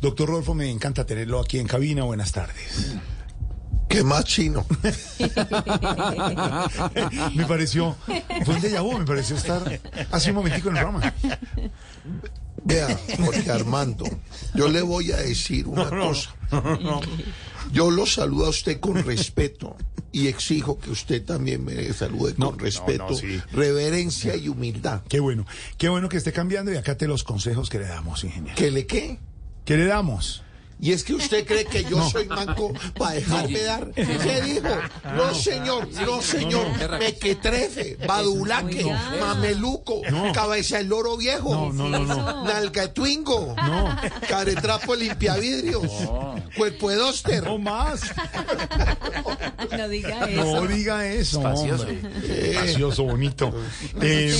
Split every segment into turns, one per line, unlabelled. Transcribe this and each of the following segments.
Doctor Rolfo, me encanta tenerlo aquí en cabina. Buenas tardes.
¿Qué más chino?
me pareció, fue un déjà vu, me pareció estar hace un momentico en el programa.
Vea, Jorge Armando, yo le voy a decir una cosa. Yo lo saludo a usted con respeto y exijo que usted también me salude
No,
con
no,
respeto,
no, sí.
reverencia y humildad.
Qué bueno, qué bueno que esté cambiando y acá te los consejos que le damos, ingeniero.
¿Que le qué?
¿Qué le damos?
Y es que usted cree que yo soy manco para dejarme dar. ¿Qué dijo? No, señor, no, señor. Mequetrefe, badulaque,
Oiga.
mameluco, cabeza del loro viejo.
No, no, no, no.
Nalgatuingo.
No.
Caretrapo limpiavidrios. Cuerpo de Doster.
No más.
No diga
No
eso.
diga eso. hombre. Espacioso, bonito. Eh,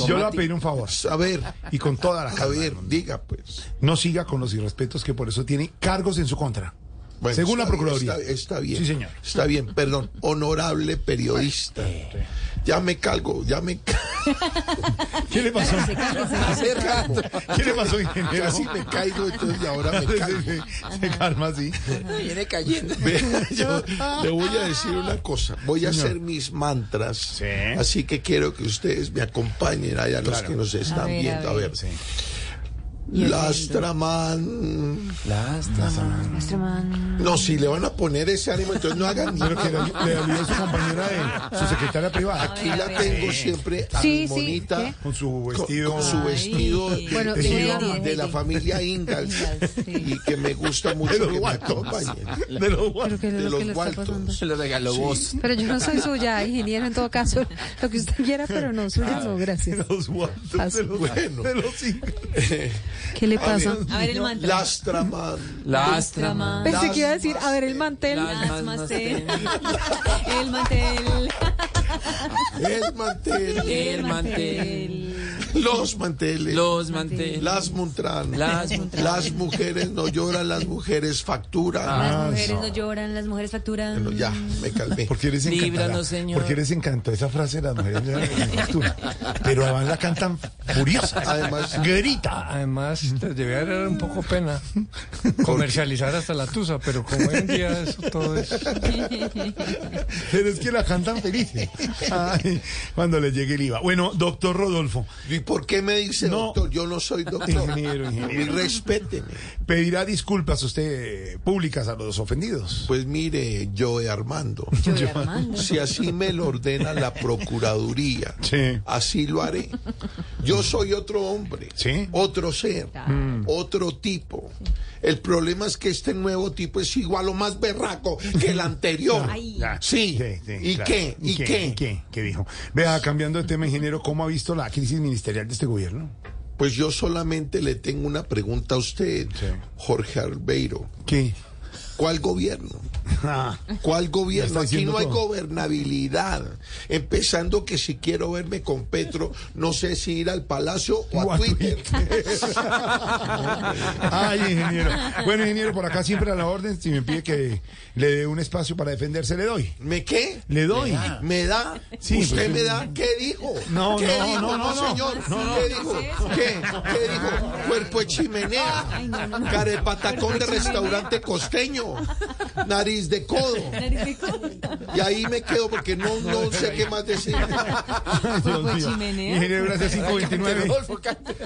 yo le voy a pedir un favor
A ver,
y con toda la
a
calma.
ver, diga pues.
No siga con los irrespetos que por eso tiene cargos en su contra.
Bueno,
Según la
está bien,
Procuraduría.
está, está bien.
Sí, señor.
Está bien, perdón. Honorable periodista. Ya me calgo, ya me ca-
¿Qué le pasó?
me calgo.
¿Qué le pasó, ingeniero?
Ya sí me caigo, entonces ahora me calgo.
Se calma así.
Viene cayendo. yo le voy a decir una cosa. Voy a hacer mis mantras. Así que quiero que ustedes me acompañen allá, los que nos están
ver, a
viendo. A ver.
ver.
Lastraman.
Nuestro man.
No, si le van a poner ese ánimo, entonces no hagan
Pero que
nada.
le, le olvidó su compañera de su secretaria privada
Aquí la tengo siempre a
Sí,
mi
sí,
monita.
¿qué?
con su
Con,
vestido.
con su
Ay.
vestido
Bueno,
de,
sí,
de-
sí,
de la
sí.
familia Ingalls
Ingalls, sí.
y que me gusta mucho
de
que
los
me
guantos.
acompañen.
De los
Pero
guantos.
qué es
De
lo que
los
le está pasando.
gualtos.
Se lo regaló vos.
Pero yo no soy suya, ingeniero, en todo caso. Lo que usted quiera, pero no, suya no,
De
gracias.
los guantos. De los,
Bueno.
de los ingleses.
¿Qué le pasa?
A ver el mantel.
Lastraman.
La astra.
man.
Pensé que iba a decir, a ver, el mantel.
Las
Las
más- más
mantel. El mantel.
El mantel.
El mantel.
Los manteles.
Los manteles.
Las Montrán.
Las Montrán.
Las mujeres no lloran, las mujeres facturan. Ah,
Las mujeres no lloran, las mujeres facturan.
Bueno, ya, me calmé.
Porque eres encantadora.
Líbranos, Señor.
Porque eres encanto. Esa frase de las mujeres de la cultura. Pero además la cantan furiosa.
Además-
grita.
Además, te debería dar un poco pena comercializar hasta la tusa, pero como hoy en día eso todo es...
Pero es que la cantan feliz. Ay, cuando le llegue el IVA. Bueno, doctor Rodolfo,
¿Y por qué me dice
No.
doctor? Yo no soy doctor.
Ingeniero, ingeniero.
Y respéteme.
pedirá disculpas usted eh, públicas a los ofendidos.
Pues mire, yo Armando.
Yo y Armando.
Si así me lo ordena la Procuraduría,
Sí.
así lo haré. Yo soy otro hombre,
Sí.
otro ser, otro tipo. El problema es que este nuevo tipo es igual o más berraco que el anterior.
Ay.
Ya.
Sí. ¿Y
claro.
qué? ¿Y qué?
¿Y qué? ¿Qué dijo? Vea, cambiando de tema, ingeniero, ¿cómo ha visto la crisis ministerial de este gobierno?
Pues yo solamente le tengo una pregunta a usted,
Sí.
Jorge Arbeiro.
¿Qué?
¿Cuál gobierno?
Ah.
¿Cuál
está
gobierno? Aquí
diciendo
no hay
todo.
gobernabilidad. Empezando que si quiero verme con Petro, no sé si ir al Palacio o
O
a,
a
Twitter.
Ay, ingeniero. Bueno, ingeniero, por acá siempre a la orden. Si me pide que le dé un espacio para defenderse, le doy.
¿Me qué?
Le doy.
¿Me da?
Sí,
¿Usted
pues,
me
sí.
da? ¿Qué dijo?
No,
¿Qué
no,
dijo?
no, no, no.
señor.
No, no.
¿Qué dijo? ¿Qué? ¿Qué dijo? Cuerpo de chimenea.
Ay, no, no, no.
Carepatacón de restaurante costeño. Nariz de codo. Y ahí me quedo porque no, no sé qué más decir.
Dios mío.
chimenea.
Ingeniero, gracias. 529.